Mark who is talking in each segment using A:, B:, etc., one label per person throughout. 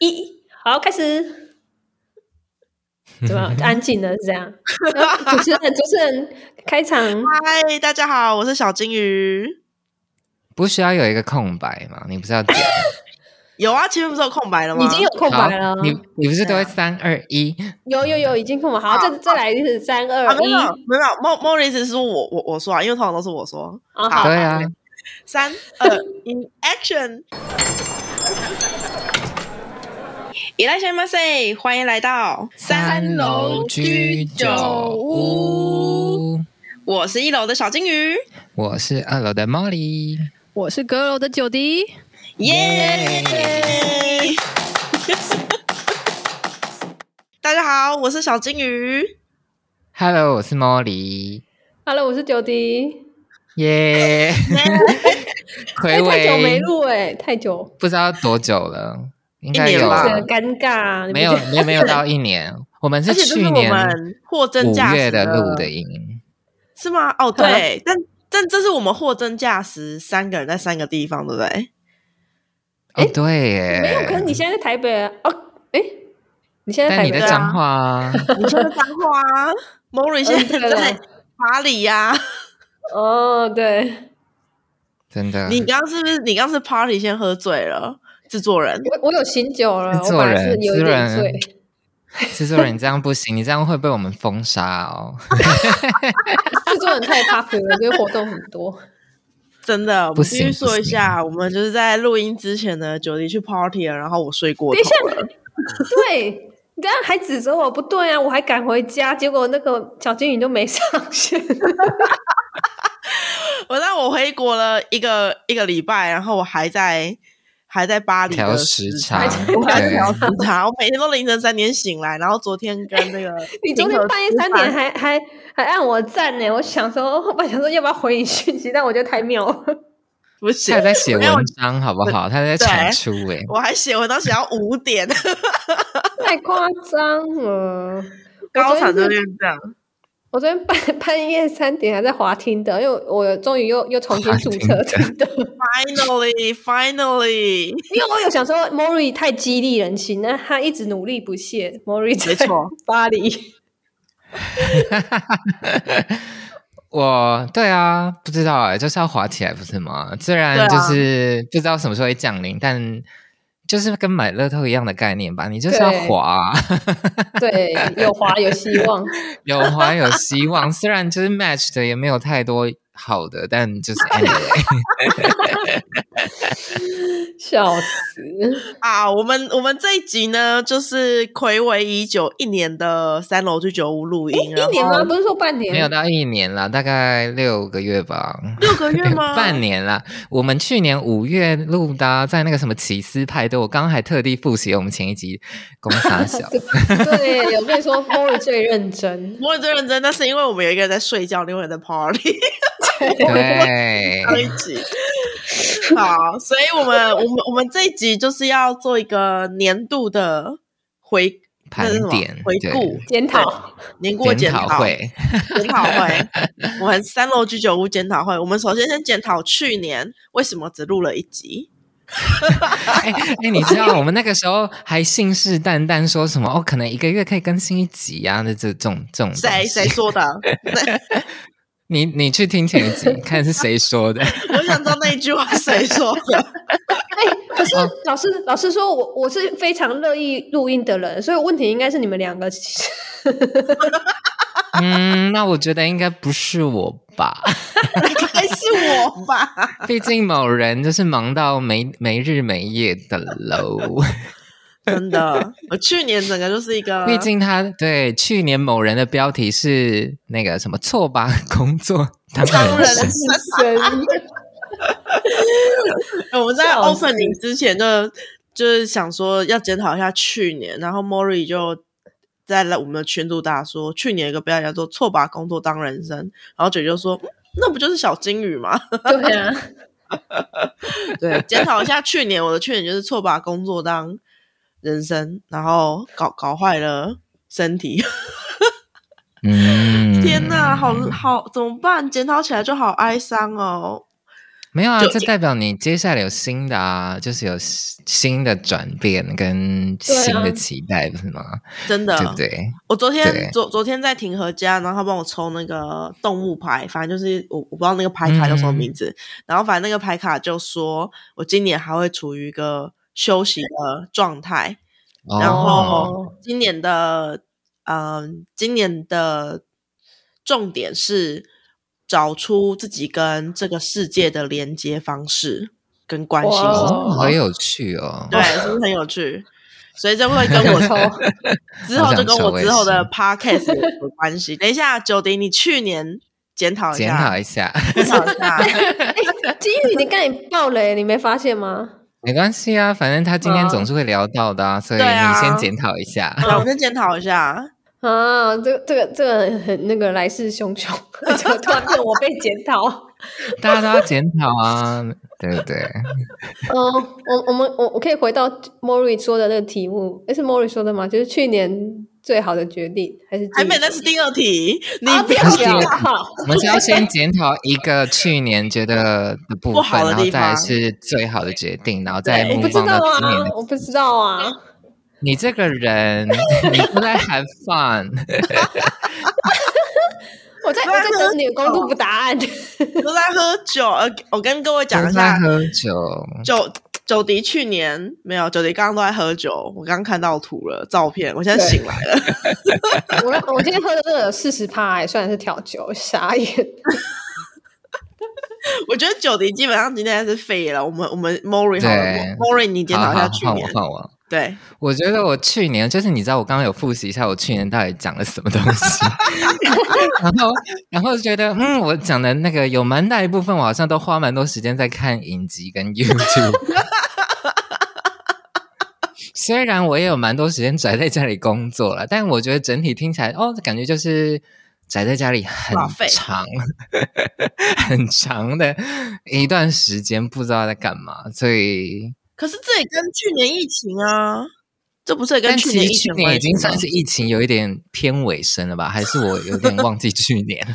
A: 一，好，开 始。怎么安静的是这 样？主持人，主持人开场。
B: 嗨，大家好，我是小金鱼。
C: 不需要有一个空白吗？你不是要讲
B: 有啊，前面不是有 空白了吗？
A: 已经有空白了哦
C: 好，你你不是都会
B: 对啊
C: 三二一？
A: 有有有，已经空白。好，哦再再来一次，三二
B: 啊，没
A: 一。
B: 有没有莫莫里斯是我我我说啊，因为通常都是我说。
A: 啊，
B: 好
A: 好，
C: 对啊，
B: 三二一，Action！いらっしゃいませ，欢迎来到
C: 屋，
B: 我是一楼的小金鱼，
C: 我是二楼的 Molly。
D: 我是阁楼的九迪，
B: 耶！ 大家好，我是小 金鱼。
C: Hello，我是 Molly。
A: Hello，我是九迪。
C: 耶，
A: 哎，
C: 回
A: 太久没
C: 味
A: 录哎，太久，
C: 不知道多久了，应该
B: 一年
C: 有
B: 吧
A: 是很尴尬。你不
C: 没有
A: 觉得
C: 没有没有到一年，我们
B: 而
C: 是
B: 且这是
C: 去
B: 我
C: 年
B: 们货真
C: 五
B: 价
C: 月
B: 实
C: 的录的音，
B: 是吗？哦，对，但但这是我们货真价实，三个人在三个地方，对不对？
C: 哦
A: 哎
C: 对耶，
A: 没有，可是你现在在台北啊哦，哎，你现在在台
C: 但你
A: 北
C: 在
A: 啊
C: 彰化啊，
B: 你说的脏话 啊，Mori 现在在巴黎呀、
A: 哦，对，
C: 真的，
B: 你刚刚是不是？你刚刚是 party 先喝醉了，制作人。
A: 我我有醒酒了，我
C: 制作
A: 本来是
C: 人
A: 有一
C: 制作
A: 点
C: 人
A: 醉。
C: 制作人你这样不行，你这样会被我们封杀 哦。
A: 制作人太 popular 了，所以活动很多。
B: 真的，我
C: 不
B: 们必须
C: 行不
B: 说一下，我们就是在录音之前呢，九弟去 party 了，然后我睡过
A: 等一
B: 头了。
A: 对，你这样还指责我不对啊！我还赶回家，结果那个小金鱼都没上线。
B: 我让我回国了一个一个礼拜，然后我还在还在巴黎的
C: 调时差
B: 差，我还在
C: 对
B: 调时差，我每天都凌晨三点醒来，然后昨天跟那个
A: 你昨天
B: 金河
A: 半夜
B: 吃
A: 三
B: 饭
A: 点还还还按我赞呢，我想说，哦我本来想说要不要回你讯息，但我觉得太妙了。
B: 不行
C: 他，在写
B: 没有
C: 文章好不好？他在产出哎、
B: 我还写文章写到五点，
A: 太夸张了。
B: 高产就变这样。
A: 我昨天半 半夜三点还在滑听的，因为我我终于又又重新注册
C: 滑
A: 听的，
B: Finally, finally，
A: 因为我有想说 Mori 太激励人心，那他一直努力不懈。Mori
B: 没
A: 在
B: 错，
A: 巴黎，
C: 我对啊，不知道哎、就是要滑起来不是吗？虽
B: 对
C: 然
B: 啊
C: 就是不知道什么时候会降临，但就是跟买乐透一样的概念吧，你就是要
A: 对
C: 滑啊，
A: 对，有滑有希望。
C: 有滑有希望。虽然就是 match 的也没有太多好的，但 就是哎 anyway，
A: 笑死！
B: 啊，我们我们这一集呢，就是暌违已久一年的三楼居酒屋录音，
A: 一年
B: 然后
A: 吗？不是说半年？
C: 没 有到一年啦，大概六个月吧。
B: 六个月吗？
C: 半年啦，我们去年五月录的啊、在那个什么奇思派对，我刚刚还特地复习了我们前一集公差 小，
A: 对，我跟你说 m o r i 最认 真。
B: 我也最认真，但是因为我们有一个人在睡觉，另外一个人在 party，
C: 对，
B: 在一起。好，所以我们我们我们这一集就是要做一个年度的回那
C: 盘
B: 是什么
C: 点
B: 回
C: 对
B: 顾、
A: 检讨，
B: 年过
C: 检
B: 检
C: 讨 会，
B: 检讨会，我们三楼居酒屋检讨会。我们首先先检讨去年为什么只录了一集，
C: 哎哎，你知道我们那个时候还信誓旦旦说什么哦，可能一个月可以更新一集啊，那这这种这种东
B: 谁
C: 西
B: 谁说的？
C: 你你去听前一集看是谁说的，
B: 我想知道那一句话谁说的。
A: 哎、可是
C: 哦
A: 老师老师说我我是非常乐意录音的人，所以问题应该是你们两个。
C: 嗯，那我觉得应该不是我吧，
B: 还是我吧？
C: 毕竟某人就是忙到没没日没夜的喽。
B: 真的，我去年整个就是一个，
C: 毕竟他对去年某人的标题是那个什么错把工 作当
B: 当
C: 人
A: 啊
B: 人
C: 生，
B: 我们在
A: 笑死
B: opening 之前就就是想说要检讨一下去年，然后 Mori 就在了我们的群组大说，去年有个标题叫做“错把工作当人生”，然后九九说嗯：“那不就是小金鱼吗
A: 对啊，？”
B: 对，检讨一下去年，我的去年就是错把工作当人生，然后搞搞坏了身体。
C: 嗯
B: 嗯天哪，好好怎么办？检讨起来就好哀伤哦。
C: 没有啊，
B: 就
C: 这代表你接下来有新的啊，就是有新新的转变跟
A: 对啊
C: 新的期待，不是吗？
B: 真的
C: 对，不对？
B: 我昨
C: 对
B: 天昨昨天在庭和家，然后他帮我抽那个动物牌，反正就是我我不知道那个牌卡叫什么名字，
C: 嗯
B: 然后反正那个牌卡就说我今年还会处于一个休息的状态，然
C: 哦，
B: 后今年的嗯、今年的重点是找出自己跟这个世界的连接方式跟关系是什
A: 哇
B: 么。
C: 哦好有趣哦。
B: 对，是不是很有趣？所以这会跟 我之后就跟我之后的 podcast 有有关系。等一下，九迪，你去年检讨一
C: 检讨
B: 下，
C: 一下，
B: 检讨一下，
A: 哎金鱼，你刚才爆雷，你没发现吗？
C: 没关系啊，反正他今天
A: 哦
C: 总是会聊到的啊，所以
B: 对啊
C: 你先检讨一下。
B: 对我先检讨一下。
A: 啊，这这个这个很那个来势汹 汹，怎么突然变我被检讨？
C: 大家都要检讨啊，对不对？
A: 嗯，我我们我我可以回到 Mori 说的那个题目，诶是 Mori 说的吗？就是去年最好的决定还是
B: 还没，
A: 在
B: 那是第二题，你
A: 啊，不要
C: 不要
A: 不要
C: 我们是要先检讨一个去年觉得的部分，
B: 不好的
C: 然后
B: 地
C: 再来
B: 方
C: 是最好的决定，然后再
B: 对
A: 我
C: 目
A: 不知
C: 光
A: 道
C: 到今年
A: 啊
C: 的。，
A: 我不知道啊，
C: 你这个人，你不在 have fun，
A: 我在我在等你的公布答 案。
B: 都在喝酒。呃，我跟各位讲
C: 在
B: 一下，
C: 喝酒。
B: 九九迪去年没有，九迪刚刚都在喝酒。我刚看到图了，照片，我现在
A: 对
B: 醒来了。
A: 我我今天喝的这个四十趴，哎虽然是调酒，傻眼。
B: 我觉得九迪基本上今天是废了。我们我们 Mori 好了
C: 对
B: ，Mori 你检
C: 好
B: 讨一
C: 好
B: 下去
C: 换我
B: 年。
C: 换我。
B: 对，
C: 我觉得我去年就是你知道，我刚刚有复习一下我去年到底讲了什么东西， 然后然后觉得嗯，我讲的那个有蛮大一部分，我好像都花蛮多时间在看影集跟 YouTube。虽然我也有蛮多时间宅在家里工作了，但我觉得整体听起来哦，感觉就是宅在家里很
B: 浪费
C: 长、 很长的一段时间，不知道在干嘛，所以
B: 可是这也跟去年疫情啊，这不是也跟
C: 但
B: 去
C: 其
B: 年
C: 实
B: 疫情
C: 去年
B: 有
C: 已
B: 关系
C: 经
B: 吗
C: 算是疫情有一点偏尾声了吧？还是我有点忘记去年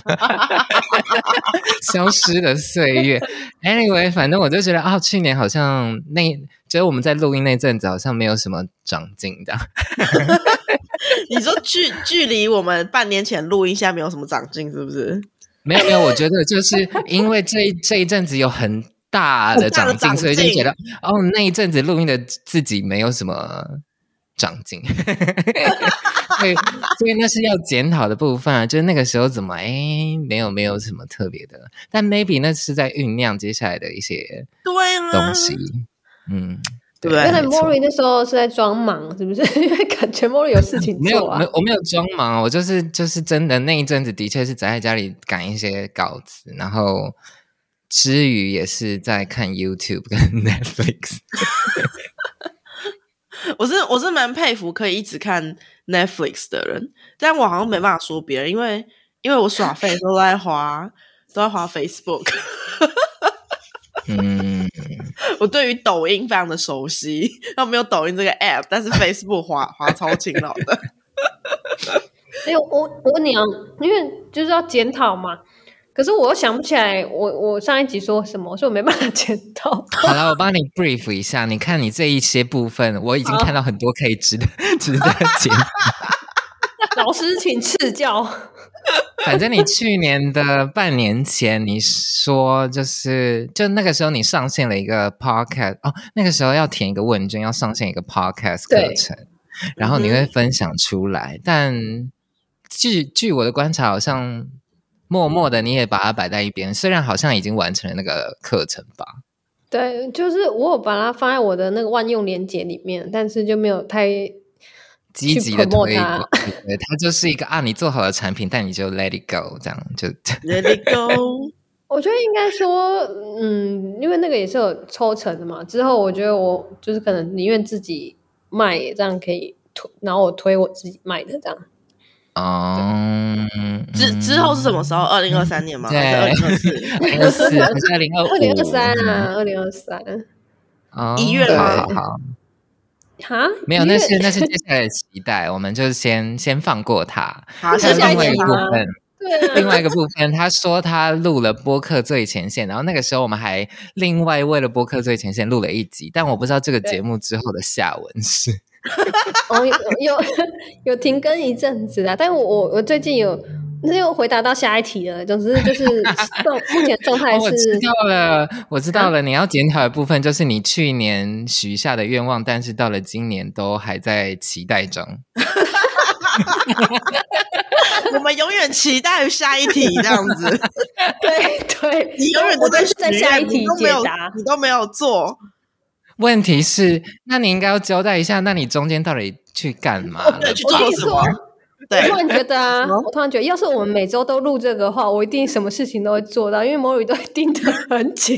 C: 消失的岁月？Anyway，反正我就觉得啊，去年好像那觉得我们在录音那阵子好像没有什么长进的。
B: 你说距 距离我们半年前录音现在没有什么长进，是不是？
C: 没有没有，我觉得就是因为这一这一阵子有很大的长
B: 很
C: 进，
B: 大的
C: 所以就
B: 长进
C: 觉得哦，那一阵子录音的自己没有什么长进， 所以所以那是要检讨的部分啊，就是那个时候怎么哎没有没有什么特别的，但 maybe 那是在酝酿接下来的一些
B: 对啊，
C: 东西，嗯，
B: 对
A: 原来
C: 没错
A: Mori 那时候是在装忙，是不是？ 因为感觉 Mori 有事情
C: 没有，
A: 做啊
C: 没。有我没有装忙，我就是就是真的那一阵子的确是宅在家里赶一些稿子，然后之余也是在看 YouTube 跟 Netflix。
B: 我是我是蛮佩服可以一直看 Netflix 的人，但我好像没办法说别人，因为因为我耍废的时候都在滑都在滑 Facebook，
C: 嗯，
B: 我对于抖音非常的熟悉，然后没有抖音这个 app，但是 Facebook 滑滑超勤劳的。
A: 哎、我我问你啊，因为就是要检讨嘛，可是我又想不起来我我上一集说什么，所以我没办法检讨。
C: 好了，我帮你 brief 一下，你看你这一些部分，我已经
A: 好
C: 看到很多可以值得 值得剪。
A: 老师，请赐教。
C: 反正你去年的半年前，你说就是就那个时候你上线了一个 podcast 哦，那个时候要填一个问卷，要上线一个 podcast
A: 对
C: 课程，然
B: 嗯
C: 后你会分享出来。但据据我的观察，好像默默的你也把它摆在一边，虽然好像已经完成了那个课程吧。
A: 对，就是我有把它放在我的那个万用连接里面，但是就没有太
C: 积
A: 去
C: 极的
A: promote
C: 推
A: 它
C: 广，对，它就是一个啊，你做好的产品，但你就 let it go，这样就
B: Let it go，
A: 我觉得应该说，嗯，因为那个也是有抽成的嘛。之后我觉得我就是可能宁愿自己卖，这样可以推，然后我推我自己卖的这样。
C: 哦。
B: 之之后是什么时候？二零二三年吗？还是二
C: 对
B: 零二四？
C: 二 四还哦是二零二
A: 二零二三
C: 嗯
A: 啊，二零二三，
B: 一月吗
C: 好哦好，
A: 哈，
C: 没有，
A: 因为
C: 那是那是接下来的期待，我们就先先放过它。
B: 好，
A: 接
B: 先
A: 下来
B: 放
C: 另
B: 过
C: 外一
A: 一
B: 你
A: 集
C: 部
A: 吗
C: 分，
A: 对啊
C: 另外一个部分，他说他录了播客最前线，然后那个时候我们还另外为了播客最前线录了一集，但我不知道这个节目之后的下文 是。
A: 哦，有有 有停更一阵子啦，但我我我最近有，那又回答到下一题了。总之就是 状目前状态
C: 哦，我知
A: 是，嗯
C: 道了，我知道了。你要检讨的部分就是你去年许下的愿望，但是到了今年都还在期待中。
B: 我们永远期待下一题这样子，
A: 对对，
B: 你永远都
A: 我都
B: 在
A: 是在
B: 许愿
A: 下一题
B: 你都没
A: 解
B: 有
A: 答，
B: 你都没有做。
C: 问题是，那你应该要交代一下，那你中间到底去干嘛了？
B: 对去
A: 我
B: 做
A: 跟
B: 了
A: 你
B: 什
A: 说
B: 么，
A: 我
B: 对嗯
A: 突，然觉得啊
B: 什么，
A: 我突然觉得，要是我们每周都录这个的话，我一定什么事情都会做到，因为魔语都会盯得很紧，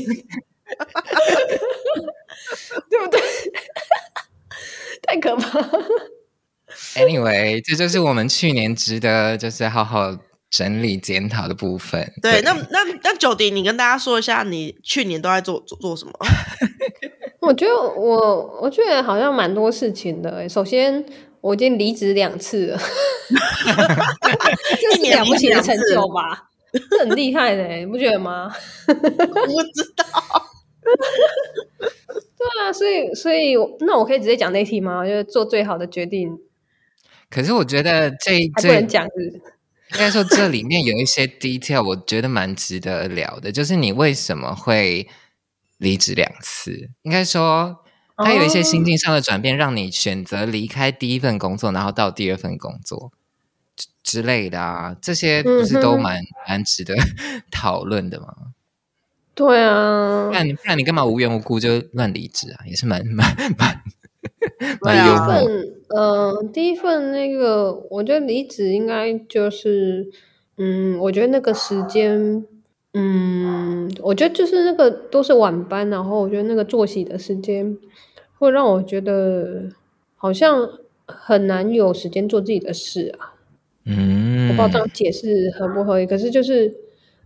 A: 对不对？ 太可怕了！
C: Anyway，这就是我们去年值得就是好好整理检讨的部分。
B: 对，那那那九迪，你跟大家说一下，你去年都在做做做什么？
A: 我觉得我，我觉得好像蛮多事情的欸。首先，我已经离职两次了，这是了不起的成就吧？这很厉害的欸，你不觉得吗？
B: 我不知道，
A: 对啊，所以所以我那我可以直接讲那一题吗？就是做最好的决定，
C: 可是我觉得这
A: 还不
C: 这
A: 能讲是不是
C: 应该说这里面有一些 detail，我觉得蛮值得聊的，就是你为什么会离职两次？应该说，它有一些心境上的转变，让你选择离开第一份工作，然后到第二份工作之之类的啊，这些不是都
A: 嗯哼
C: 蛮蛮值得讨论的吗？
A: 对啊
C: 不，然不然你干嘛无缘无故就乱离职啊？也是蛮蛮蛮
B: 对
C: 蛮
B: 啊
A: 第
C: 幽
A: 一
C: 默的。
A: 份，呃，第一份那个，我觉得离职应该就是，嗯，我觉得那个时间，嗯，我觉得就是那个都是晚班，然后我觉得那个作息的时间，会让我觉得好像很难有时间做自己的事啊。我
C: 嗯
A: 不知道这样解释合不合理，可是就是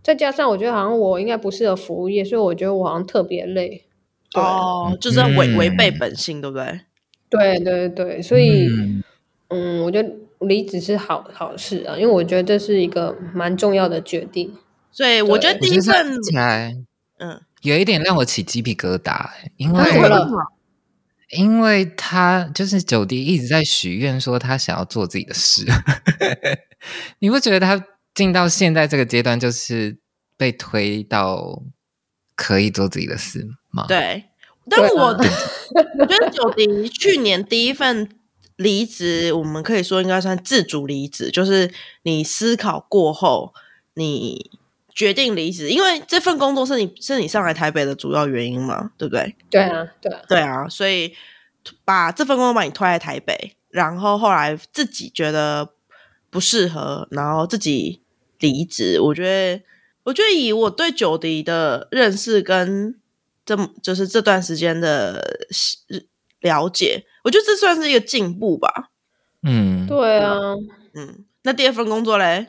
A: 再加上我觉得好像我应该不适合服务业，所以我觉得我好像特别累。对
B: 哦，就是在违
C: 嗯
B: 违背本性，对不对？
A: 对对对，所以。
C: 嗯
A: 嗯，我觉得离职是好好事啊，因为我觉得这是一个蛮重要的决定。
B: 所以我觉得
C: 我
B: 第
C: 觉
B: 一
C: 得这
B: 份
C: 样，起来
B: 嗯，
C: 有一点让我起鸡皮疙瘩、欸，因为
A: 啊怎么了
C: 因为他就是九迪一直在许愿说他想要做自己的事， 你不觉得他进到现在这个阶段就是被推到可以做自己的事吗？，
B: 对，但
A: 对啊
B: 我 我觉得九迪去年第一份离职，我们可以说应该算自主离职，就是你思考过后，你决定离职，因为这份工作是你是你上来台北的主要原因嘛，对不对？
A: 对啊，对啊，
B: 对啊，所以把这份工作把你推来台北，然后后来自己觉得不适合，然后自己离职。我觉得，我觉得以我对九迪的认识跟这就是这段时间的呃了解，我觉得这算是一个进步吧。
C: 嗯，
A: 对啊。
B: 嗯，那第二份工作嘞，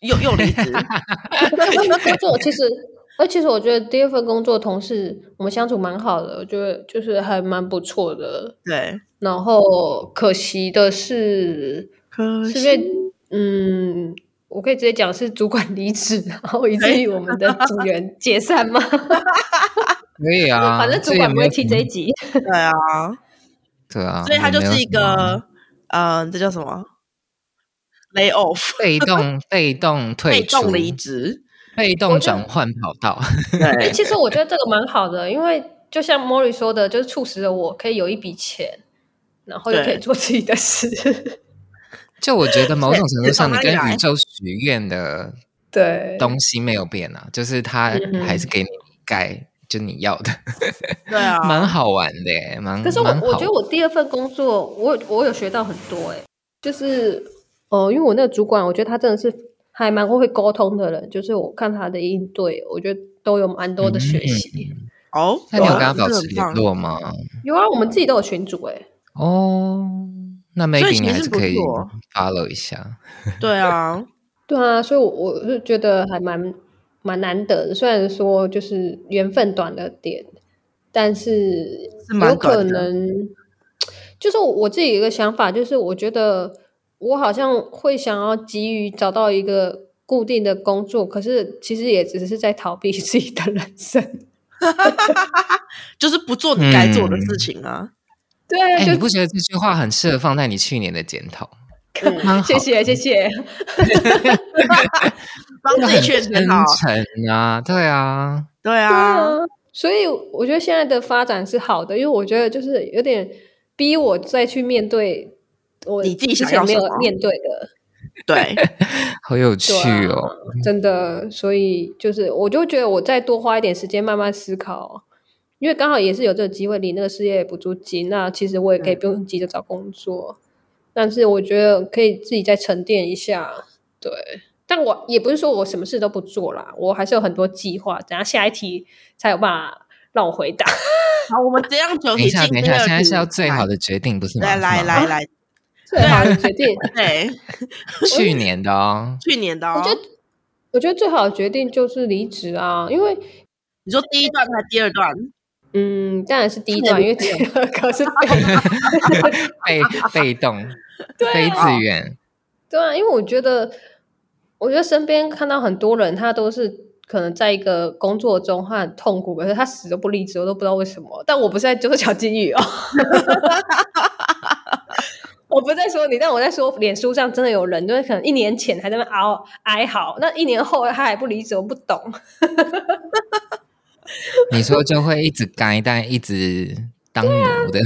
B: 又又离 职，
A: 那份工作其实， 而其实我觉得第二份工作同事我们相处蛮好的，我觉得就是还蛮不错的。
B: 对，
A: 然后可惜的是，
B: 可
A: 是
B: 惜
A: 被嗯，我可以直接讲是主管离职，然后
C: 哎
A: 以至于我们的组员解散吗？
C: 可以 啊，
A: 反正主
C: 这也
A: 管不
C: 没
A: 会
C: 有
A: 听
C: 什
A: 这
C: 么
A: 一集。
B: 对啊，
C: 对啊，
B: 所以它
C: 也
B: 就
C: 没有
B: 是一
C: 什么啊
B: 个，嗯、这叫什么？lay off，
C: 被 动被动退
B: 被
C: 出、
B: 动离职。
C: 被动转换跑道。
A: 哎、
B: 对，
A: 其实我觉得这个蛮好的，因为就像莫瑞说的，就是促使了我可以有一笔钱，然后又可以
B: 对
A: 做自己的事。
C: 就我觉得某种程度 上，你
B: 对
C: 跟
B: 从哪里来
C: 宇宙许愿的
A: 对，
C: 东西没有变啊，就是它
A: 嗯
C: 还是给你盖，就你要的，
B: 对啊，
C: 蛮好玩的耶，蛮。
A: 可是我
C: 蛮好
A: 我觉得我第二份工作，我有我有学到很多、欸，就是哦、呃因为我那个主管，我觉得他真的是还蛮会沟通的人，就是我看他的应对，我觉得都有蛮
C: 嗯
A: 多的学习。
B: 哦。
C: 那你有
B: 哇
C: 跟他保
B: 这
C: 持
B: 很
C: 联
B: 棒
C: 络吗？
A: 有啊，我们自己都有群组、欸，
C: 哦，那
B: 以
C: maybe
B: 其
C: 你还
B: 实
C: 是
B: 不
C: 可以
B: 错
C: follow 一下。
B: 对啊，
A: 对啊，所以我我是觉得还蛮蛮难得的，虽然说就是缘分短了点，但是
B: 是蛮
A: 有可
B: 短的
A: 能，就是我自己有一个想法，就是我觉得我好像会想要急于找到一个固定的工作，可是其实也只是在逃避自己的人生。
B: 就是不做你该做的事情啊。
A: 对
C: 哎、
A: 啊，就
C: 你不觉得这句话很适合放在你去年的检讨？ 蛮好
A: 嗯谢谢谢谢。
B: 帮自己确
C: 嗯真
B: 认好。
C: 诚啊，对啊，
B: 对
A: 对
B: 啊，
A: 啊，所以我觉得现在的发展是好的，因为我觉得就是有点逼我再去面对我
B: 你自己
A: 之
B: 想
A: 前
B: 要
A: 没
B: 什
A: 有
B: 么啊
A: 面对的，
C: 啊
B: 对，
C: 好有趣
A: 对啊
C: 哦。
B: 嗯
A: 真的。所以就是我就觉得我再多花一点时间慢慢思考，因为刚好也是有这个机会，离那个事业补助金，那其实我也可以不用急着找工作，但是我觉得可以自己再沉淀一下，对。但我也不是说我什么事都不做啦，我还是有很多计划，等下下一题才有办法让我回答。
B: 好，我们 这样九
C: 等
B: 题
C: 一下，
B: 进
C: 等一
B: 第
C: 下，
B: 二
C: 现在是
B: 题
C: 要最好的决定，不是吗？
B: 来来
C: 是吗
B: 来来，
A: 最好的决定，
B: 对，
C: 去年的哦，
B: 去年的、哦，
A: 我觉得，我觉得最好的决定就是离职啊，因为
B: 你说第一段还是第二段？
A: 嗯，当然是第一段，因为第二个是被
C: 被 被动，
A: 啊
C: 非自愿，
A: 对啊，因为我觉得，我觉得身边看到很多人，他都是可能在一个工作中他很痛苦，可是他死都不离职，我都不知道为什么。但我不是在就是小金鱼哦。 我不是在说你，但我在说脸书上真的有人，就是可能一年前还在那边嗷哀嚎，那一年后他还不离职，我不懂。
C: 你说就会一直该，但一直当奴
A: 啊
C: 的，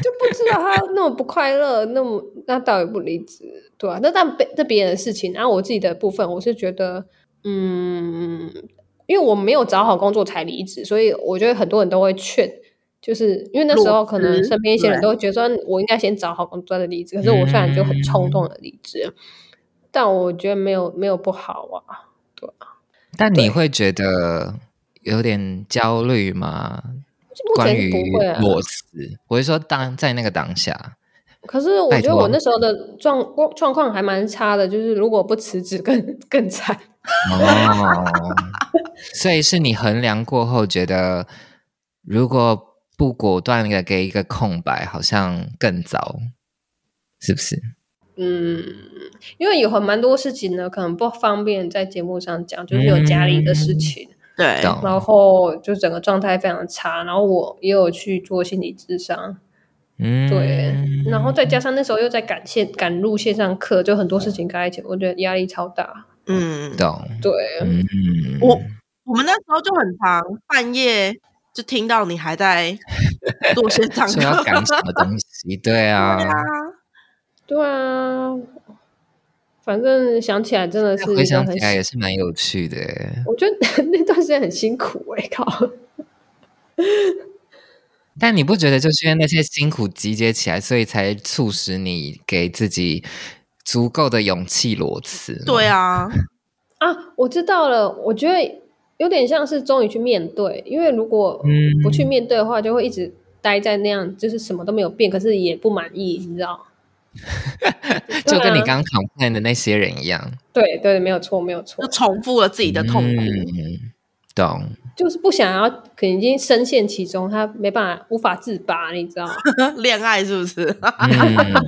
A: 就不知道他那么不快乐，那么那倒也不离职，对啊，那但别那别人的事情，然、后我自己的部分，我是觉得，嗯，因为我没有找好工作才离职，所以我觉得很多人都会劝，就是因为那时候
B: 裸
A: 可能
B: 辞
A: 身边一些人
B: 对
A: 都会觉得说，我应该先找好工作再离职，可是我虽然就
C: 嗯
A: 很冲动的离职，但我觉得没有没有不好啊，
C: 但你会觉得有点焦虑吗？
A: 目
C: 关
A: 前是
C: 于
A: 不会啊。
C: 裸辞，我是说当在那个当下，
A: 可是我
C: 拜
A: 觉得
C: 托
A: 我那时候的状状况还蛮差的，就是如果不辞职更更惨。
C: 哦， 所以是你衡量过后觉得，如果不果断的给一个空白，好像更糟，是不是？
A: 嗯，因为有很蛮多事情呢，可能不方便在节目上讲，就是有家里的事情，
B: 对，
C: 懂
A: 然后就整个状态非常差，然后我也有去做心理咨商，
C: 嗯，
A: 对，然后再加上那时候又在赶线赶入线上课，就很多事情赶在一起，我觉得压力超大。
B: 嗯，
C: 懂，
A: 对，
C: 嗯，
B: 我我们那时候就很常半夜就听到你还在 做线上
C: 说要
B: 课，
C: 赶什么东西？对 啊，
B: 对啊，
A: 对啊，反正想起来真的是
C: 回
A: 一个
C: 想
A: 很
C: 起，来也是蛮有趣的。欸
A: 我觉得 那段时间很辛苦哎、靠，
C: 但你不觉得就是因为那些辛苦集结起来，所以才促使你给自己足够的勇气裸辞吗？
B: 对啊，
A: 啊，我知道了，我觉得有点像是终于去面对，因为如果
C: 嗯
A: 不去面对的话，就会一直待在那样，就是什么都没有变，可是也不满意，你知道？
C: 就跟你
A: 对啊
C: 刚 complain 的那些人一样，
A: 对对，没有错，没有错
B: 就，重复了自己的痛苦。
C: 嗯 懂，
A: 就是不想要，可能已经深陷其中，他没办法，无法自拔，你知道？
B: 恋爱是不是？
C: 嗯，
B: 啊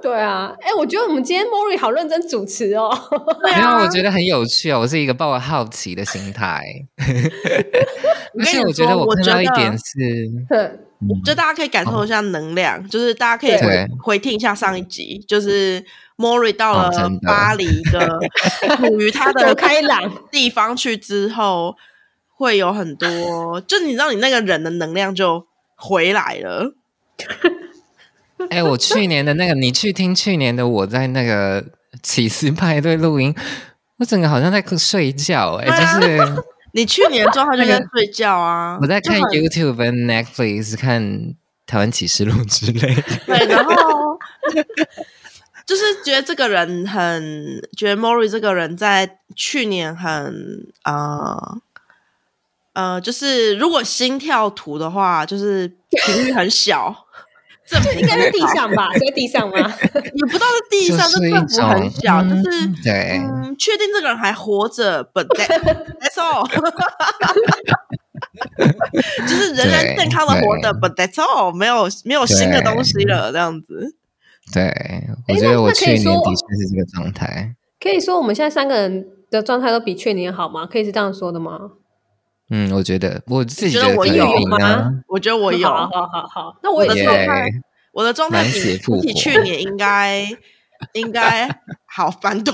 A: 对啊，哎、我觉得我们今天 Mori 好认真主持哦，
B: 对
C: 没有，
B: 啊
C: 我，觉得很有趣哦。我是一个抱着好奇的心态，而且我觉得
B: 我
C: 我看到一
B: 觉得
C: 点是，嗯
A: 哼
B: 就大家可以感受一下能量，就是大家可以
C: 哦对
B: 回回听一下上一集，就是 Mori 到
C: 哦真
B: 了
C: 的
B: 巴黎的 属于他
A: 多
B: 的
A: 开朗，
B: 地方去之后，会有很多，就你知道你那个人的能量就回来了。
C: 哎、我去年的那个，你去听去年的我在那个起司派对录音，我整个好像在睡觉、
B: 对啊
C: 哎，就是
B: 你去年的状态就在睡觉啊，
C: 我在看
B: 就很
C: YouTube 跟 Netflix 看。台湾启示录之类的，
B: 对，然后就是觉得这个人很，觉得 Mori 这个人在去年很呃呃，就是如果心跳图的话，就是频率很小，政府
A: 应该是地上吧？是在地上吗？
B: 也不到是地
C: 就
B: 上，
C: 是一
B: 政府很
C: 种，
B: 小，就
C: 嗯
B: 是。
C: 对，
B: 嗯，确定这个人还活着，but that, that's all，就是仍然
C: 对
B: 健康的活着
C: 对
B: ，but that's all，没有没有新的
C: 对
B: 东西了，这样子。
C: 对，我
B: 哎
A: 诶
C: 觉
A: 那
C: 得我
A: 那可
C: 去
A: 以
C: 年
A: 说
C: 的确是这个状态。
A: 可以说我们现在三个人的状态都比去年好吗？可以是这样说的吗？
C: 嗯，我觉得我自己
B: 觉得
C: 可
B: 我
C: 以
B: 有
C: 赢啊，
B: 我觉得我有，
A: 好啊好好好，那我
B: 我
A: 也
B: 的
A: 是
C: 耶
B: 状态，我的状态
C: 满血
B: 比
C: 复活
B: 比去年应该应该好翻多。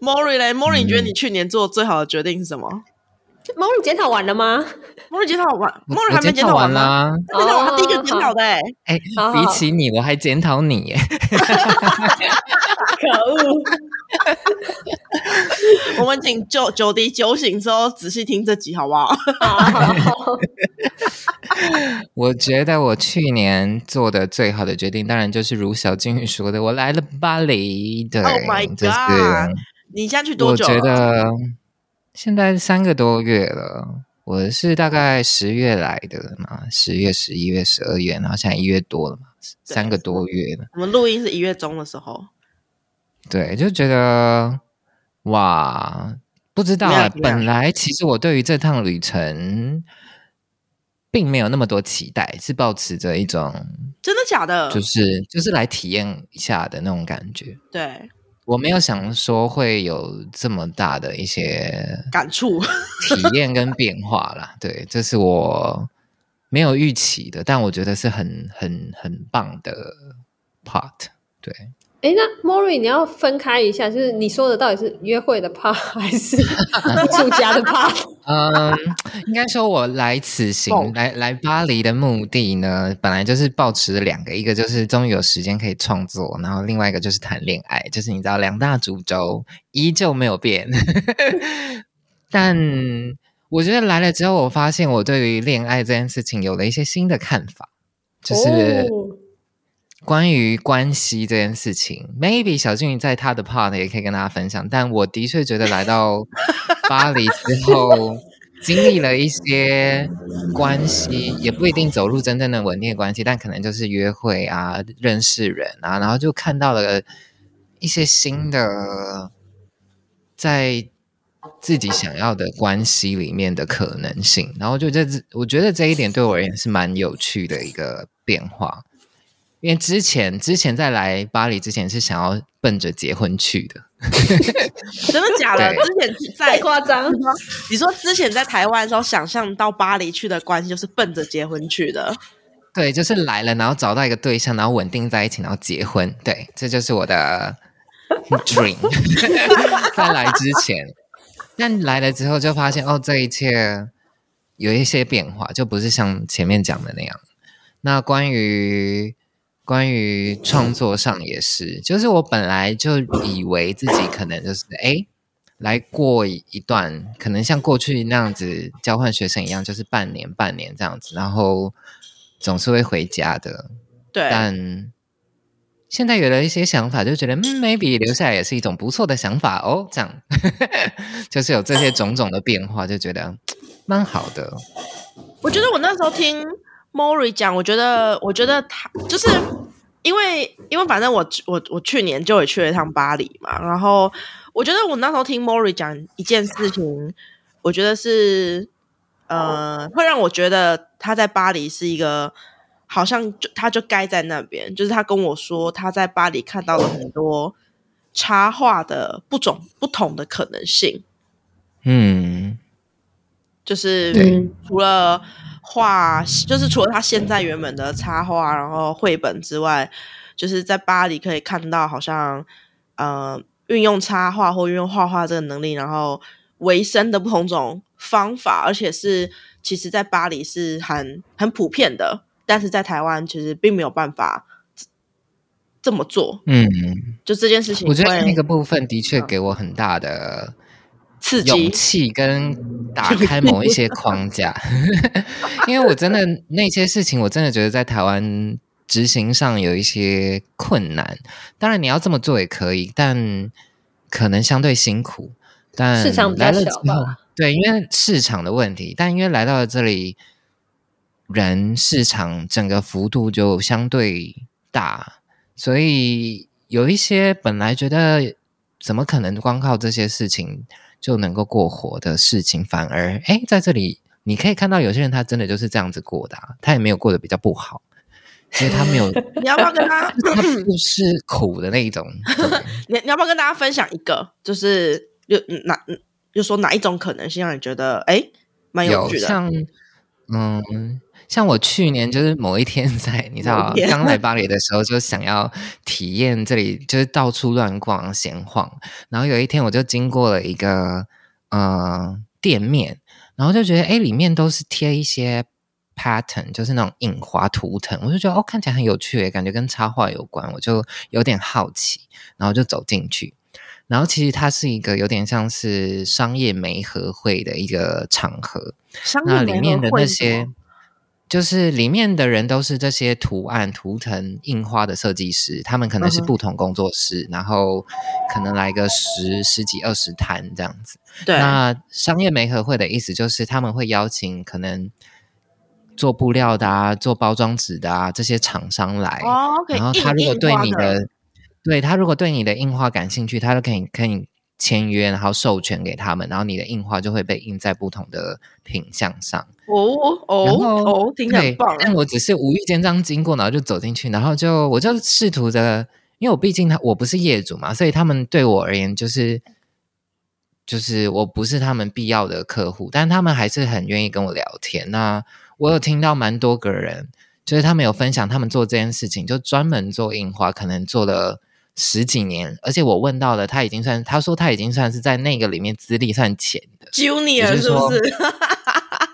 B: Mori 嘞，Mori，你觉得
C: 嗯
B: 你去年做最好的决定是什么
A: 猫你检讨完了吗？
B: ？Mori 检讨完
C: 我
B: ，Mori
C: 我
B: 还没
C: 检
B: 检
C: 讨
B: 完
C: 完
B: 吗？
C: 啦。
B: 他检讨完，他第一个
A: 哦
B: 检讨的欸，
C: 哎，
A: 好
C: 比
A: 好
C: 起你，我还检讨你耶。
A: 可恶！
B: 我们请九九弟酒醒之后仔细听这集好不？Oh 好？
A: 好好好，
C: 我觉得我去年做的最好的决定，当然就是如小金鱼说的，我来了巴黎。对
B: Oh my
C: 就是
B: God 你现在去多
C: 我
B: 久
C: 觉得
B: 了？
C: 现在三个多月了，我是大概十月来的嘛，十月、十一月、十二月，然后现在一月多了嘛，三个多月了。
B: 我们录音是一月中的时候，
C: 对，就觉得哇，不知道、
B: 怎么
C: 啊
B: 样怎，么样
C: 本来其实我对于这趟旅程并没有那么多期待，是保持着一种
B: 真的假的？
C: 就是就是来体验一下的那种感觉。
B: 对，
C: 我没有想说会有这么大的一些
B: 感触。
C: 体验跟变化啦。对，这是我没有预期的，但我觉得是很很很棒的 part。对，
A: 哎，那 Mori 你要分开一下，就是你说的到底是约会的 part 还 是艺术家的 part？
C: 嗯，应该说我来此行
B: 梦
C: 来来巴黎的目的呢，本来就是抱持着两个，一个就是终于有时间可以创作，然后另外一个就是谈恋爱，就是你知道两大主轴依旧没有变。 但我觉得来了之后，我发现我对于恋爱这件事情有了一些新的看法， 就是
A: 哦
C: 关于关系这件事情，maybe 小俊宇在他的 part 也可以跟大家分享，但我的确觉得来到巴黎之后，经历了一些关系，也不一定走入真正的稳定的关系，但可能就是约会啊、认识人啊，然后就看到了一些新的在自己想要的关系里面的可能性，然后就这，我觉得这一点对我而言是蛮有趣的一个变化。因为之前之前在来巴黎之前是想要奔着结婚去的，
B: 真的假的？
C: 对
B: 之前
A: 太
B: 在
A: 夸张，
B: 你说之前在台湾的时候，想象到巴黎去的关系就是奔着结婚去的，
C: 对，就是来了，然后找到一个对象，然后稳定在一起，然后结婚，对，这就是我的 dream。在来之前，但来了之后就发现哦，这一切有一些变化，就不是像前面讲的那样。那关于关于创作上也是，就是我本来就以为自己可能就是诶来过一段，可能像过去那样子交换学生一样，就是半年半年这样子，然后总是会回家的。
B: 对，
C: 但现在有了一些想法，就觉得嗯，maybe 留下来也是一种不错的想法哦。这样 就是有这些种种的变化，就觉得蛮好的。
B: 我觉得我那时候听 Mori 讲，我觉得，我觉得他就是因为，因为反正我我我去年就也去了一趟巴黎嘛，然后我觉得我那时候听 Mori 讲一件事情，我觉得是呃，会让我觉得他在巴黎是一个好像就他就该在那边，就是他跟我说他在巴黎看到了很多插画的不种不同的可能性，
C: 嗯，
B: 就是
C: 对
A: 嗯
B: 除了画，就是除了他现在原本的插画，然后绘本之外，就是在巴黎可以看到，好像呃，运用插画或运用画画这个能力，然后维生的不同种方法，而且是其实在巴黎是很很普遍的，但是在台湾其实并没有办法这这么做，
C: 嗯，
B: 就这件事情
C: 我觉得
B: 会
C: 那个部分的确给我很大的
B: 刺
C: 勇
B: 激，
C: 气，跟打开某一些框架。 因为我真的那些事情，我真的觉得在台湾执行上有一些困难。当然，你要这么做也可以，但可能相对辛苦。但
A: 市场比较
C: 来了之
A: 小
C: 后
A: 吧，
C: 对，因为市场的问题，但因为来到了这里，人市场整个幅度就相对大，所以有一些本来觉得怎么可能光靠这些事情就能够过活的事情，反而哎，诶在这里你可以看到有些人他真的就是这样子过的啊、他也没有过得比较不好，因为他没有，
B: 你要不要跟他？
C: 他不是苦的那一种。
B: 你你要不要跟大家分享一个？就是有哪就说哪一种可能性让你觉得哎蛮有
C: 有
B: 趣的？
C: 像嗯，像我去年就是某一天在你知
B: 某一
C: 道
B: 天
C: 刚来巴黎的时候，就想要体验这里，就是到处乱逛闲晃。然后有一天我就经过了一个呃店面，然后就觉得哎，里面都是贴一些。pattern 就是那种印花图腾，我就觉得哦，看起来很有趣耶，感觉跟插画有关，我就有点好奇，然后就走进去，然后其实它是一个有点像是商业媒合会的一个场合，
B: 商业
C: 那里
B: 联
C: 面
B: 合
C: 的
B: 会
C: 那
B: 是什
C: 些
B: 么，
C: 就是里面的人都是这些图案、图腾、印花的设计师，他们可能是
B: 嗯哼
C: 不同工作室，然后可能来个十十几二十摊这样子。
B: 对，
C: 那商业媒合会的意思就是他们会邀请可能做布料的啊、做包装纸的啊这些厂商来，
B: 哦，可以
C: 然后
B: 印
C: 他如果
B: 印
C: 对
B: 花
C: 你的，对他如果对你的印花感兴趣，他就可以可以签约，然后授权给他们，然后你的印花就会被印在不同的品相上。
B: 哦
C: 然
B: 哦
C: 后
B: 哦，听起来
C: 对
B: 很棒，
C: 但我只是无意间这样经过，然后就走进去，然后就我就试图着，因为我毕竟他我不是业主嘛，所以他们对我而言就是。就是我不是他们必要的客户，但他们还是很愿意跟我聊天。那我有听到蛮多个人，就是他们有分享他们做这件事情，就专门做印花，可能做了十几年。而且我问到了，他已经算，他说他已经算是在那个里面资历算浅 的，
B: Junior
C: 就是
B: 是不
C: 说
B: 是？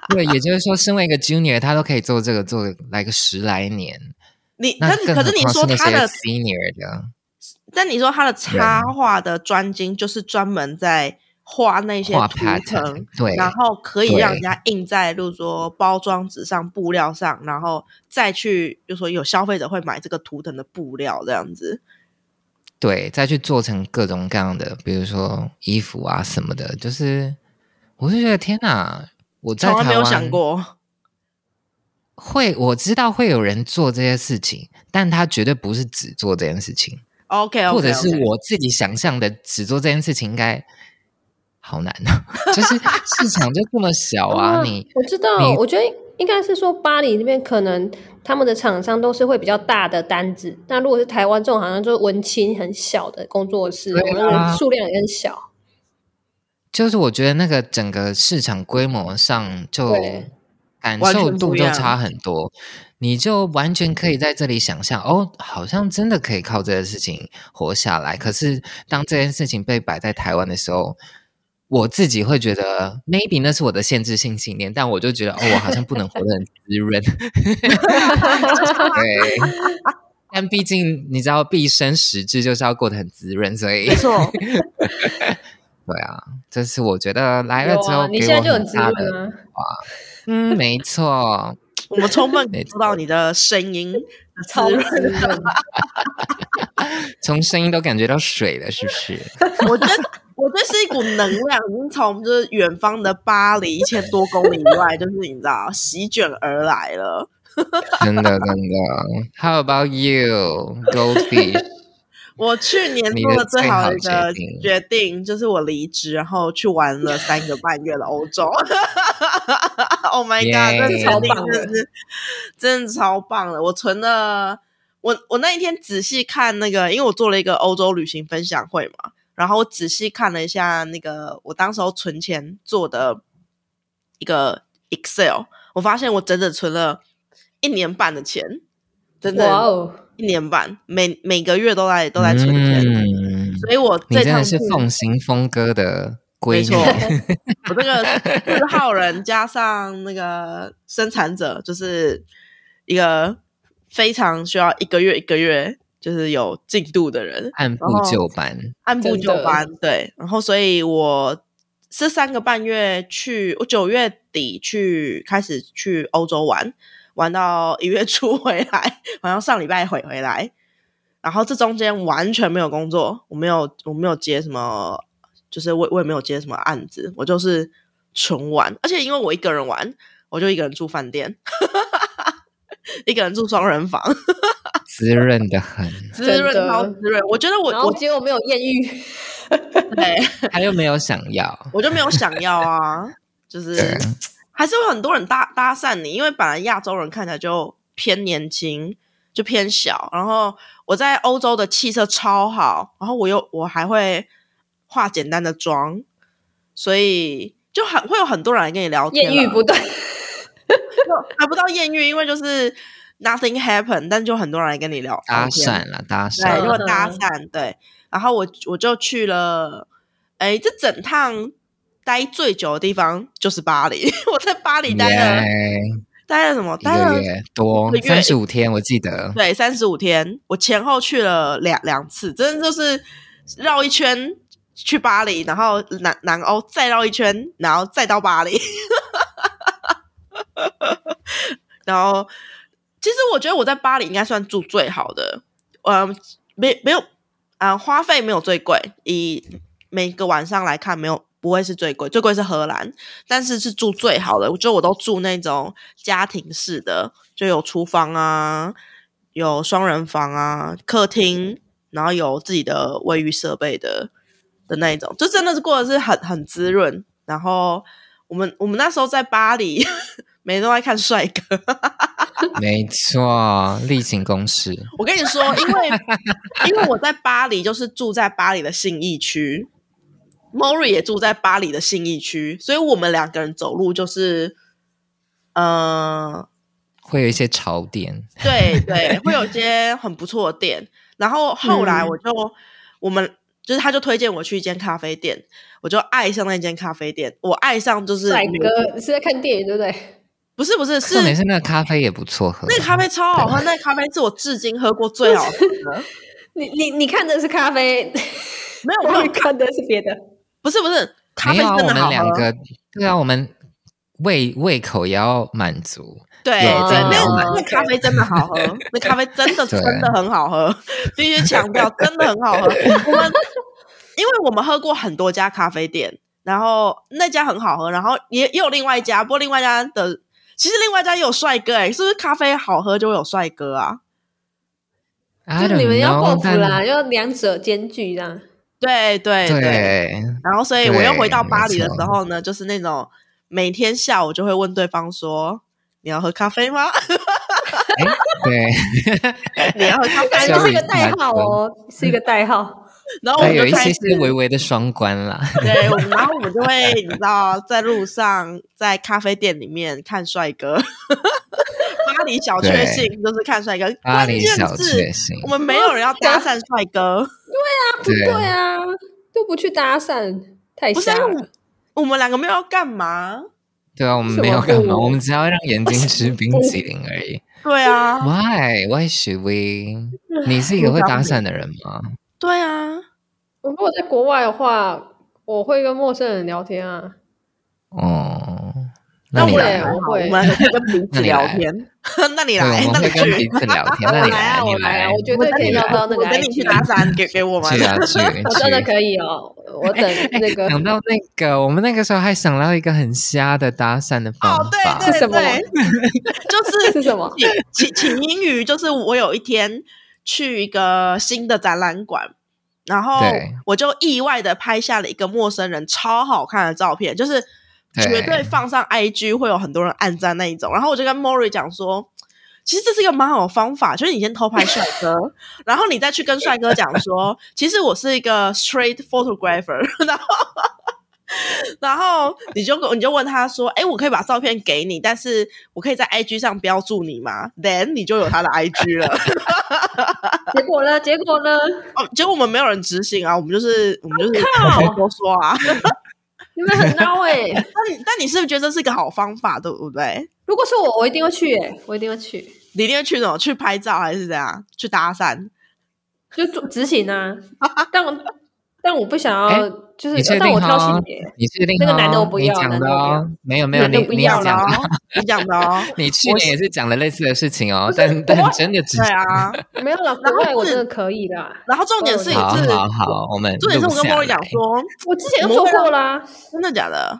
C: 对，也就是说，身为一个 junior，他都可以做这个做来个十来年。
B: 你
C: 那
B: 但你
C: 更
B: 可
C: 何
B: 是你
C: 况
B: 说
C: 那
B: 他
C: 些
B: 的，
C: senior 的，
B: 但你说他的插画的专精就是专门在画那些
C: 画
B: 图
C: pattern，
B: 腾，
C: 对，
B: 然后可以
C: 对
B: 让人家印在，例如说包装纸上、布料上，然后再去，就说有消费者会买这个图腾的布料这样子。
C: 对，再去做成各种各样的，比如说衣服啊什么的，就是我就觉得天哪，我在
B: 从来没
C: 台
B: 有想
C: 湾
B: 过，
C: 会我知道会有人做这些事情，但他绝对不是只做这件事情
B: OK，
C: 或者是我自己想象的只做这件事情应该好难啊， 就是市场就这么小
B: 嗯
C: 啊，你
A: 哦我知道，我觉得应该是说巴黎那边可能他们的厂商都是会比较大的单子，那如果是台湾这种，好像就是文青很小的工作室，
C: 对
A: 我
C: 啊
A: 们那个数量也很小。
C: 就是我觉得那个整个市场规模上就
A: 对
C: 感
B: 完全
C: 受
B: 不
C: 度
B: 一
C: 就
B: 样嗯
C: 差很多，你就完全可以在这里想象，哦，好像真的可以靠这件事情活下来。可是当这件事情被摆在台湾的时候，我自己会觉得，maybe 那是我的限制性信念，但我就觉得，哦，我好像不能活得很滋润。 对，但毕竟你知道，毕生实质就是要过得很滋润，所以
B: 没错，
C: 对啊，这是我觉得来了
A: 有
C: 之后
A: 啊，你
C: 给
A: 现在
C: 我
A: 就
C: 很
A: 很滋
C: 大的
A: 润啊，
C: 嗯，没错，
B: 我们充分感
C: 没
B: 受到你的声音的
A: 超
B: 滋
A: 滋
B: 润。
A: 润。
C: 从声音都感觉到水了，是不是？
B: 我觉得，我觉得是一股能量，已经从就是远方的巴黎一千多公里以外，就是你知道席卷而来了。
C: 真的，真的。How about you, Goldfish？
B: 我去年
C: 你
B: 做
C: 的
B: 了最
C: 最
B: 好
C: 好
B: 的一
C: 决
B: 个
C: 定
B: 决定，就是我离职，然后去玩了三个半月的欧洲。oh my god，
C: 耶
B: 这决定
A: 超棒
B: 真的是真的超棒了！我存了，我我那一天仔细看那个，因为我做了一个欧洲旅行分享会嘛，然后我仔细看了一下那个我当时候存钱做的一个 Excel，我发现我整整存了一年半的钱，真的。
A: 哇哦，
B: 一年半，每每个月都在 都在存钱，
C: 嗯，
B: 所以我
C: 你
B: 这
C: 真
B: 趟
C: 的是
B: 去
C: 奉行峰哥的
B: 没
C: 闺
B: 错，
C: 女，
B: 我这个四号人加上那个生产者，就是一个非常需要一个月一个月就是有进度的人，
C: 按部就班。
B: 按部就班。对，然后所以我是三个半月去，我九月底去开始去欧洲玩，玩到一月初 回来，好像上礼拜回回来。然后这中间完全没有工作，我没有我没有接什么，就是我我也没有接什么案子，我就是纯玩。而且因为我一个人玩，我就一个人住饭店， 一个人住双人房，
C: 滋润的很，
B: 滋润
A: 真的
B: 超滋润。我觉得我
A: 然后
B: 我欸
A: 结果没有艳遇，
B: 对。
C: 他又没有想要，
B: 我就没有想要啊，就是
C: 对
B: 还是会很多人搭搭讪你，因为本来亚洲人看起来就偏年轻，就偏小。然后我在欧洲的气色超好，然后我又我还会化简单的妆，所以就很会有很多人来跟你聊天
A: 艳
B: 啦。
A: 遇不断，
B: 还不到艳遇，因为就是 nothing happen，但就很多人来跟你聊
C: 搭
B: 聊天
C: 讪啦，搭
B: 对，
C: 讪
B: 如
A: 嗯
B: 果搭讪，对。然后我我就去了，哎，这整趟待最久的地方就是巴黎。 我在巴黎待了
C: 耶
B: 待了什么？
C: 一
B: 待了
C: 个月多
B: 一个月
C: 三十五天，我记 得。
B: 对三十五天，我前后去了两两次，真的就是绕一圈去巴黎，然后南南欧再绕一圈，然后再到巴黎。 然后，其实我觉得我在巴黎应该算住最好的，嗯，没没有啊、花费没有最贵，以每个晚上来看，没有不会是最贵，最贵是荷兰，但是是住最好的。我觉得我都住那种家庭式的，就有厨房啊，有双人房啊，客厅，然后有自己的卫浴设备的的那一种，就真的是过得是很很滋润。然后我们我们那时候在巴黎， 每天都在看帅哥。
C: 没错，例行公事。
B: 我跟你说，因为因为我在巴黎，就是住在巴黎的信义区 m o r i 也住在巴黎的信义区，所以我们两个人走路就是，呃，
C: 会有一些潮点，
B: 对对，会有一些很不错的店。然后后
C: 嗯
B: 来我就、我们就是他就推荐我去一间咖啡店，我就爱上那间咖啡店，我爱上就是
A: 帅哥是在看电影对不对？
B: 不是不是是
C: 重点是那个咖啡也不错喝。
B: 那个咖啡超好喝，那个咖啡是我至今喝过最 好喝的。
A: 你你你看的是咖啡，
B: 没有 没
A: 我
B: 有，
A: 看的是别的。
B: 不是不是，咖
C: 没
B: 啡
C: 有啊，
B: 真
C: 我
B: 的好
C: 们
B: 喝。
C: 两个对啊，我们胃胃口也要满足。
B: 对
C: 有
B: 对，
C: 真的哦
B: 那
C: 有
B: 那
A: 买
B: 咖啡真的好喝， 那咖啡真的
C: 对
B: 真的很好喝，必须强调，真的很好 喝。我们因为我们喝过很多家咖啡店，然后那家很好喝，然后也也有另外一家，不过另外一家的其实另外一家也有帅哥哎、是不是咖啡好喝就会有帅哥啊？
C: I
A: 就是你们
C: don't
A: 要
C: know，
A: 报复
C: 但
A: 啦，要两者兼具这样。
B: 对对
C: 对，
B: 然后所以我又
C: 对
B: 回到巴黎的
C: 没错
B: 时候呢，就是那种每天下午就会问对方说。你要喝咖啡吗？
C: 哎，对，
B: 你要喝咖啡
A: 感哎
B: 吗
A: 觉？是一个代号哦，是一个代号。
B: 然后我
C: 它
B: 们
C: 有
B: 就
C: 一
B: 开
C: 些
B: 始
C: 些微微的双关啦。
B: 对，我们然后我们就会你知道，在路上、在咖啡店里面看帅哥，巴黎小确幸就是看帅哥。
C: 巴
B: 关
C: 黎
B: 键
C: 小确
B: 是，
C: 幸
B: 我，们没有 人要搭讪帅哥，
A: 不对啊，都不去搭讪，太
B: 不是啊
A: 瞎
B: 因为我
A: 了
B: 们。我们两个没有要干嘛？
C: 对啊，我们
A: 为什么
C: 没有干嘛，
A: 不
C: 我们只要让眼睛吃冰淇淋而已。
B: 对啊，
C: Why? Why should we？你是一个会搭讪的人吗？
B: 对啊，
A: 我如果在国外的话，我会跟陌生人聊天啊。
C: 哦，
B: 那
C: 那你
B: 我
C: 来
B: 也
A: 也
C: 吧，
A: 我会
B: 我们可以跟彼此聊天。 那你
C: 对，
B: 来，
C: 我
B: 那
C: 们
B: 你
C: 会跟彼
B: 去，
C: 此聊天。
A: 我
C: 那你
A: 来啊，
C: 你
A: 我来
C: 来
A: 啊，，我绝
B: 我
A: 对
B: 等
A: 可以
B: 你
A: 聊到那
B: 我
A: 个
B: 等你
A: IG
B: 去搭讪，给给我们。
C: 去啊去
A: 我真的
C: 去。
A: 可以哦，我等那 个
C: 想到那个，我们那个时候还想到一个很瞎的搭讪的方
B: 哦，对
C: 法，
B: 对
A: 是什么
B: 对，就是
A: 是什么？
B: 起 起起因于就是我有一天去一个新的展览馆，然后
C: 对
B: 我就意外的拍下了一个陌生人超好看的照片，就是
C: 对
B: 绝对放上 IG 会有很多人按赞那一种。然后我就跟 Mori 讲说。其实这是一个蛮好的方法，就是你先偷拍帅哥，然后你再去跟帅哥讲说，其实我是一个 straight photographer，然 后然后你就你就问他说：“哎，我可以把照片给你，但是我可以在 IG 上标注你吗？”Then 你就有他的 IG 了。
A: 结果呢？结果呢？
B: 哦，结果我们没有人执行啊，我们就是我们就是多说啊。
A: 你们很孬哎！
B: 但你但你是不是觉得这是一个好方法，对不对？
A: 如果是我，我一定会去哎，我一定会去，
B: 你一定会去什么？去拍照还是怎样？去搭讪？
A: 就做执行 啊。但我但我不想要
C: 哎，
A: 就是
C: 你确
A: 但
C: 定
A: 我挑
C: 哦
A: 性别。
C: 你确定哦？
A: 那个男的我不要
C: 你讲的
A: 男的我
C: 哦，没有没有，
A: 男的
C: 你
A: 不
C: 你
A: 要
C: 讲的
B: 讲的哦
C: 哦，，
B: 你讲 的哦。
C: 你去年也是讲了类似的事情哦，但
A: 我
C: 但真的只
B: 对啊，
A: 没有啦，
B: 然
A: 国
B: 后
A: 外我
B: 是
A: 真的可以啦。
B: 然后重点是
A: 对
B: 是，
C: 好好好，我们
B: 重点是我跟
C: 录下
B: Mori 讲
C: 来
B: 说，
A: 我之前就做过啦，
B: 真的假的？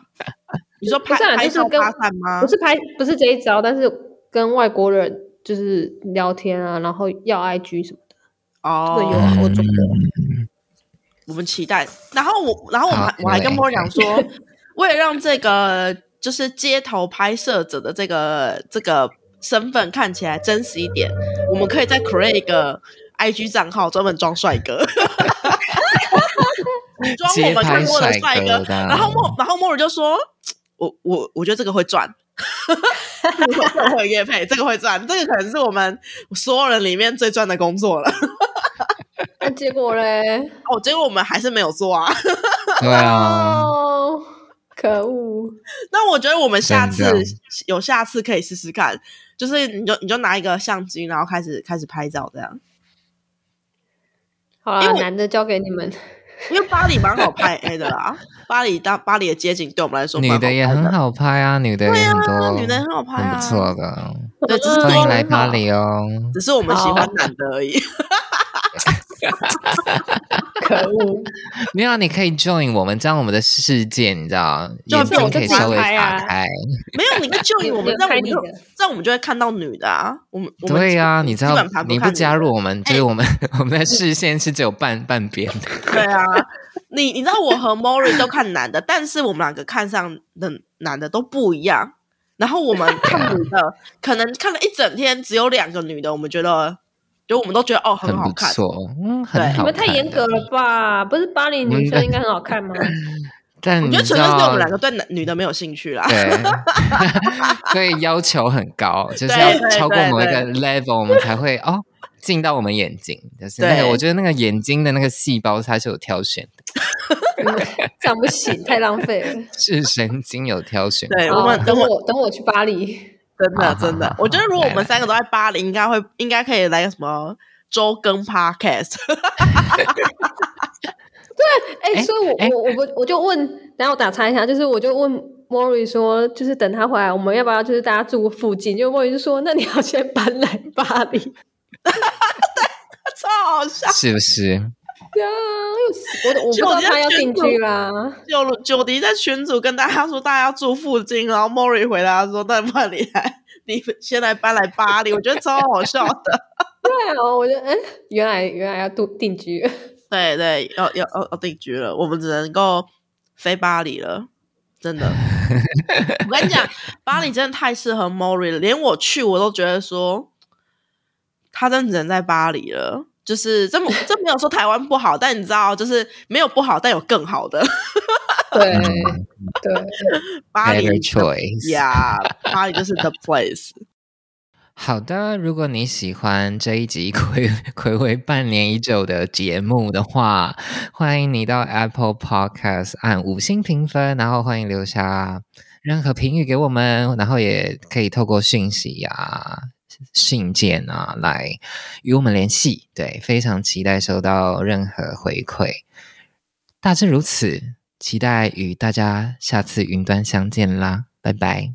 B: 你说拍
A: 不是啊
B: 拍
A: 就是
B: 照
A: 跟
B: 搭讪吗
A: 不？是拍不是这一招，但是跟外国人就是聊天啊，然后要 IG 什么的，这个有
B: 哦
A: 啊，我做过。
C: 嗯
B: 我们期待。然后我，然后我们
C: 好
B: 还我还
C: 对
B: 跟莫 讲说，为了让这个就是街头拍摄者的这个这个身份看起来真实一点，我们可以再 create 一个 IG 账号，专门装帅 哥。你装我
C: 街
B: 们看
C: 拍
B: 过的帅
C: 哥
B: 哥，
C: 的啊，
B: 然后莫，然后莫尔就说：“我我我觉得这个会赚， 这个会业配，这个会赚，这个可能是我们所有人里面最赚的工作了。
A: 那结果嘞？”
B: 哦，结果我们还是没有做啊。
C: 对啊，
A: 哦，可恶！
B: 那我觉得我们下次
C: 真的
B: 有下次可以试试看，就是你就你就拿一个相机，然后开始开始拍照这样，
A: 好
B: 因
A: 啦，
B: 为我
A: 男的交给你们。
B: 因为巴黎蛮好拍 A 的啦，巴黎大巴黎的街景对我们来说蛮
C: 女
B: 好拍
C: 的也很好拍啊，女的也很
B: 啊，
C: 多，
B: 女的很好拍啊，
C: 很不错的，哦
B: 对，啊只是
A: 嗯
C: 欢
B: 说
C: 迎来巴黎哦。
B: 只是我们喜欢男的 而已。
A: 可恶！
C: 没有啊，你可以 join 我们，这样我们的世界你知道，
B: 就
C: 眼
B: 被我
C: 睛可以
B: 自己
C: 稍微
A: 拍啊
C: 打开。
B: 没有，你跟就我们，这样我
A: 拍
B: 们
A: 你
B: 就
A: 的，
B: 这样我们就会看到女的啊。我们我们
C: 对呀、你知道
B: 基本盘
C: 你
B: 看
C: 不
B: 女的
C: 加入我们，就是
B: 哎
C: 我们 我们的视线是只有半半边的。
B: 对啊。你你知道我和 Mori 都看男的，但是我们两个看上的男的都不一样。然后我们看女的，可能看了一整天，只有两个女的，我们觉得就我们都觉得哦很
C: 很
B: 好
C: 不
B: 看。
C: 错，嗯，
B: 对
C: 很
B: 你
A: 你
C: 好看的。
A: 们太严格了吧？不是巴黎女生应该很好看吗？
C: 但
B: 我
C: 你
B: 觉得
C: 知
B: 纯粹是我
C: 道
B: 们，两个对男女的没有兴趣啦。
C: 对， 所以要求很高，就是
B: 对
C: 要
B: 对
C: 超过
B: 对
C: 某一个
B: 对
C: level，我们才会哦进到我们眼睛。就是那个，
B: 对
C: 我觉得那个眼睛的那个细胞它是有挑选的，
A: 这样不行，太浪费了。
C: 视神经有挑选。
B: 对
A: 好
B: 哎我们
A: 等我等我去巴黎，
B: 真
C: 好
B: 的
C: 好
B: 真的
C: 好，
B: 我觉得如果我
C: 来来
B: 们三个都在巴黎，应该会应该可以来个什么周更 podcast。
A: 哎、
C: 哎
A: 所以我、
C: 哎
A: 我我不我就问，然后打岔一下，就是我就问 Mori 说，就是等他回来，我们要不要就是大家住附近？就 Mori 就说，那你要先搬来巴黎。
B: 超好笑，
C: 是不是？
A: 对啊，因为我我不知
B: 就我
A: 道
B: 觉得
A: 他要
B: 全
A: 定
B: 部
A: 居啦。
B: 九九迪在群组跟大家说，大家住附近，然后 Mori 回答说：“那不然你来，你先来搬来巴黎。”我觉得超好笑的。
A: 对啊，我就嗯，原来原来要定定居。
B: 对对，要要要要定居了，我们只能够飞巴黎了，真的。我跟你讲，巴黎真的太适合 Mori 了，连我去我都觉得说，他真的只能在巴黎了。就是这么，这没有说台湾不好，但你知道，就是没有不好，但有更好的
A: 对
C: 嗯
A: 对，
B: 巴黎
C: Better choice。
B: 呀巴黎就是 the place。
C: 好的，如果你喜欢这一集 暌暌违半年已久的节目的话，欢迎你到 Apple Podcast 按五星评分，然后欢迎留下任何评语给我们，然后也可以透过讯息呀、信件啊来与我们联系。对，非常期待收到任何回馈。大致如此，期待与大家下次云端相见啦，拜拜。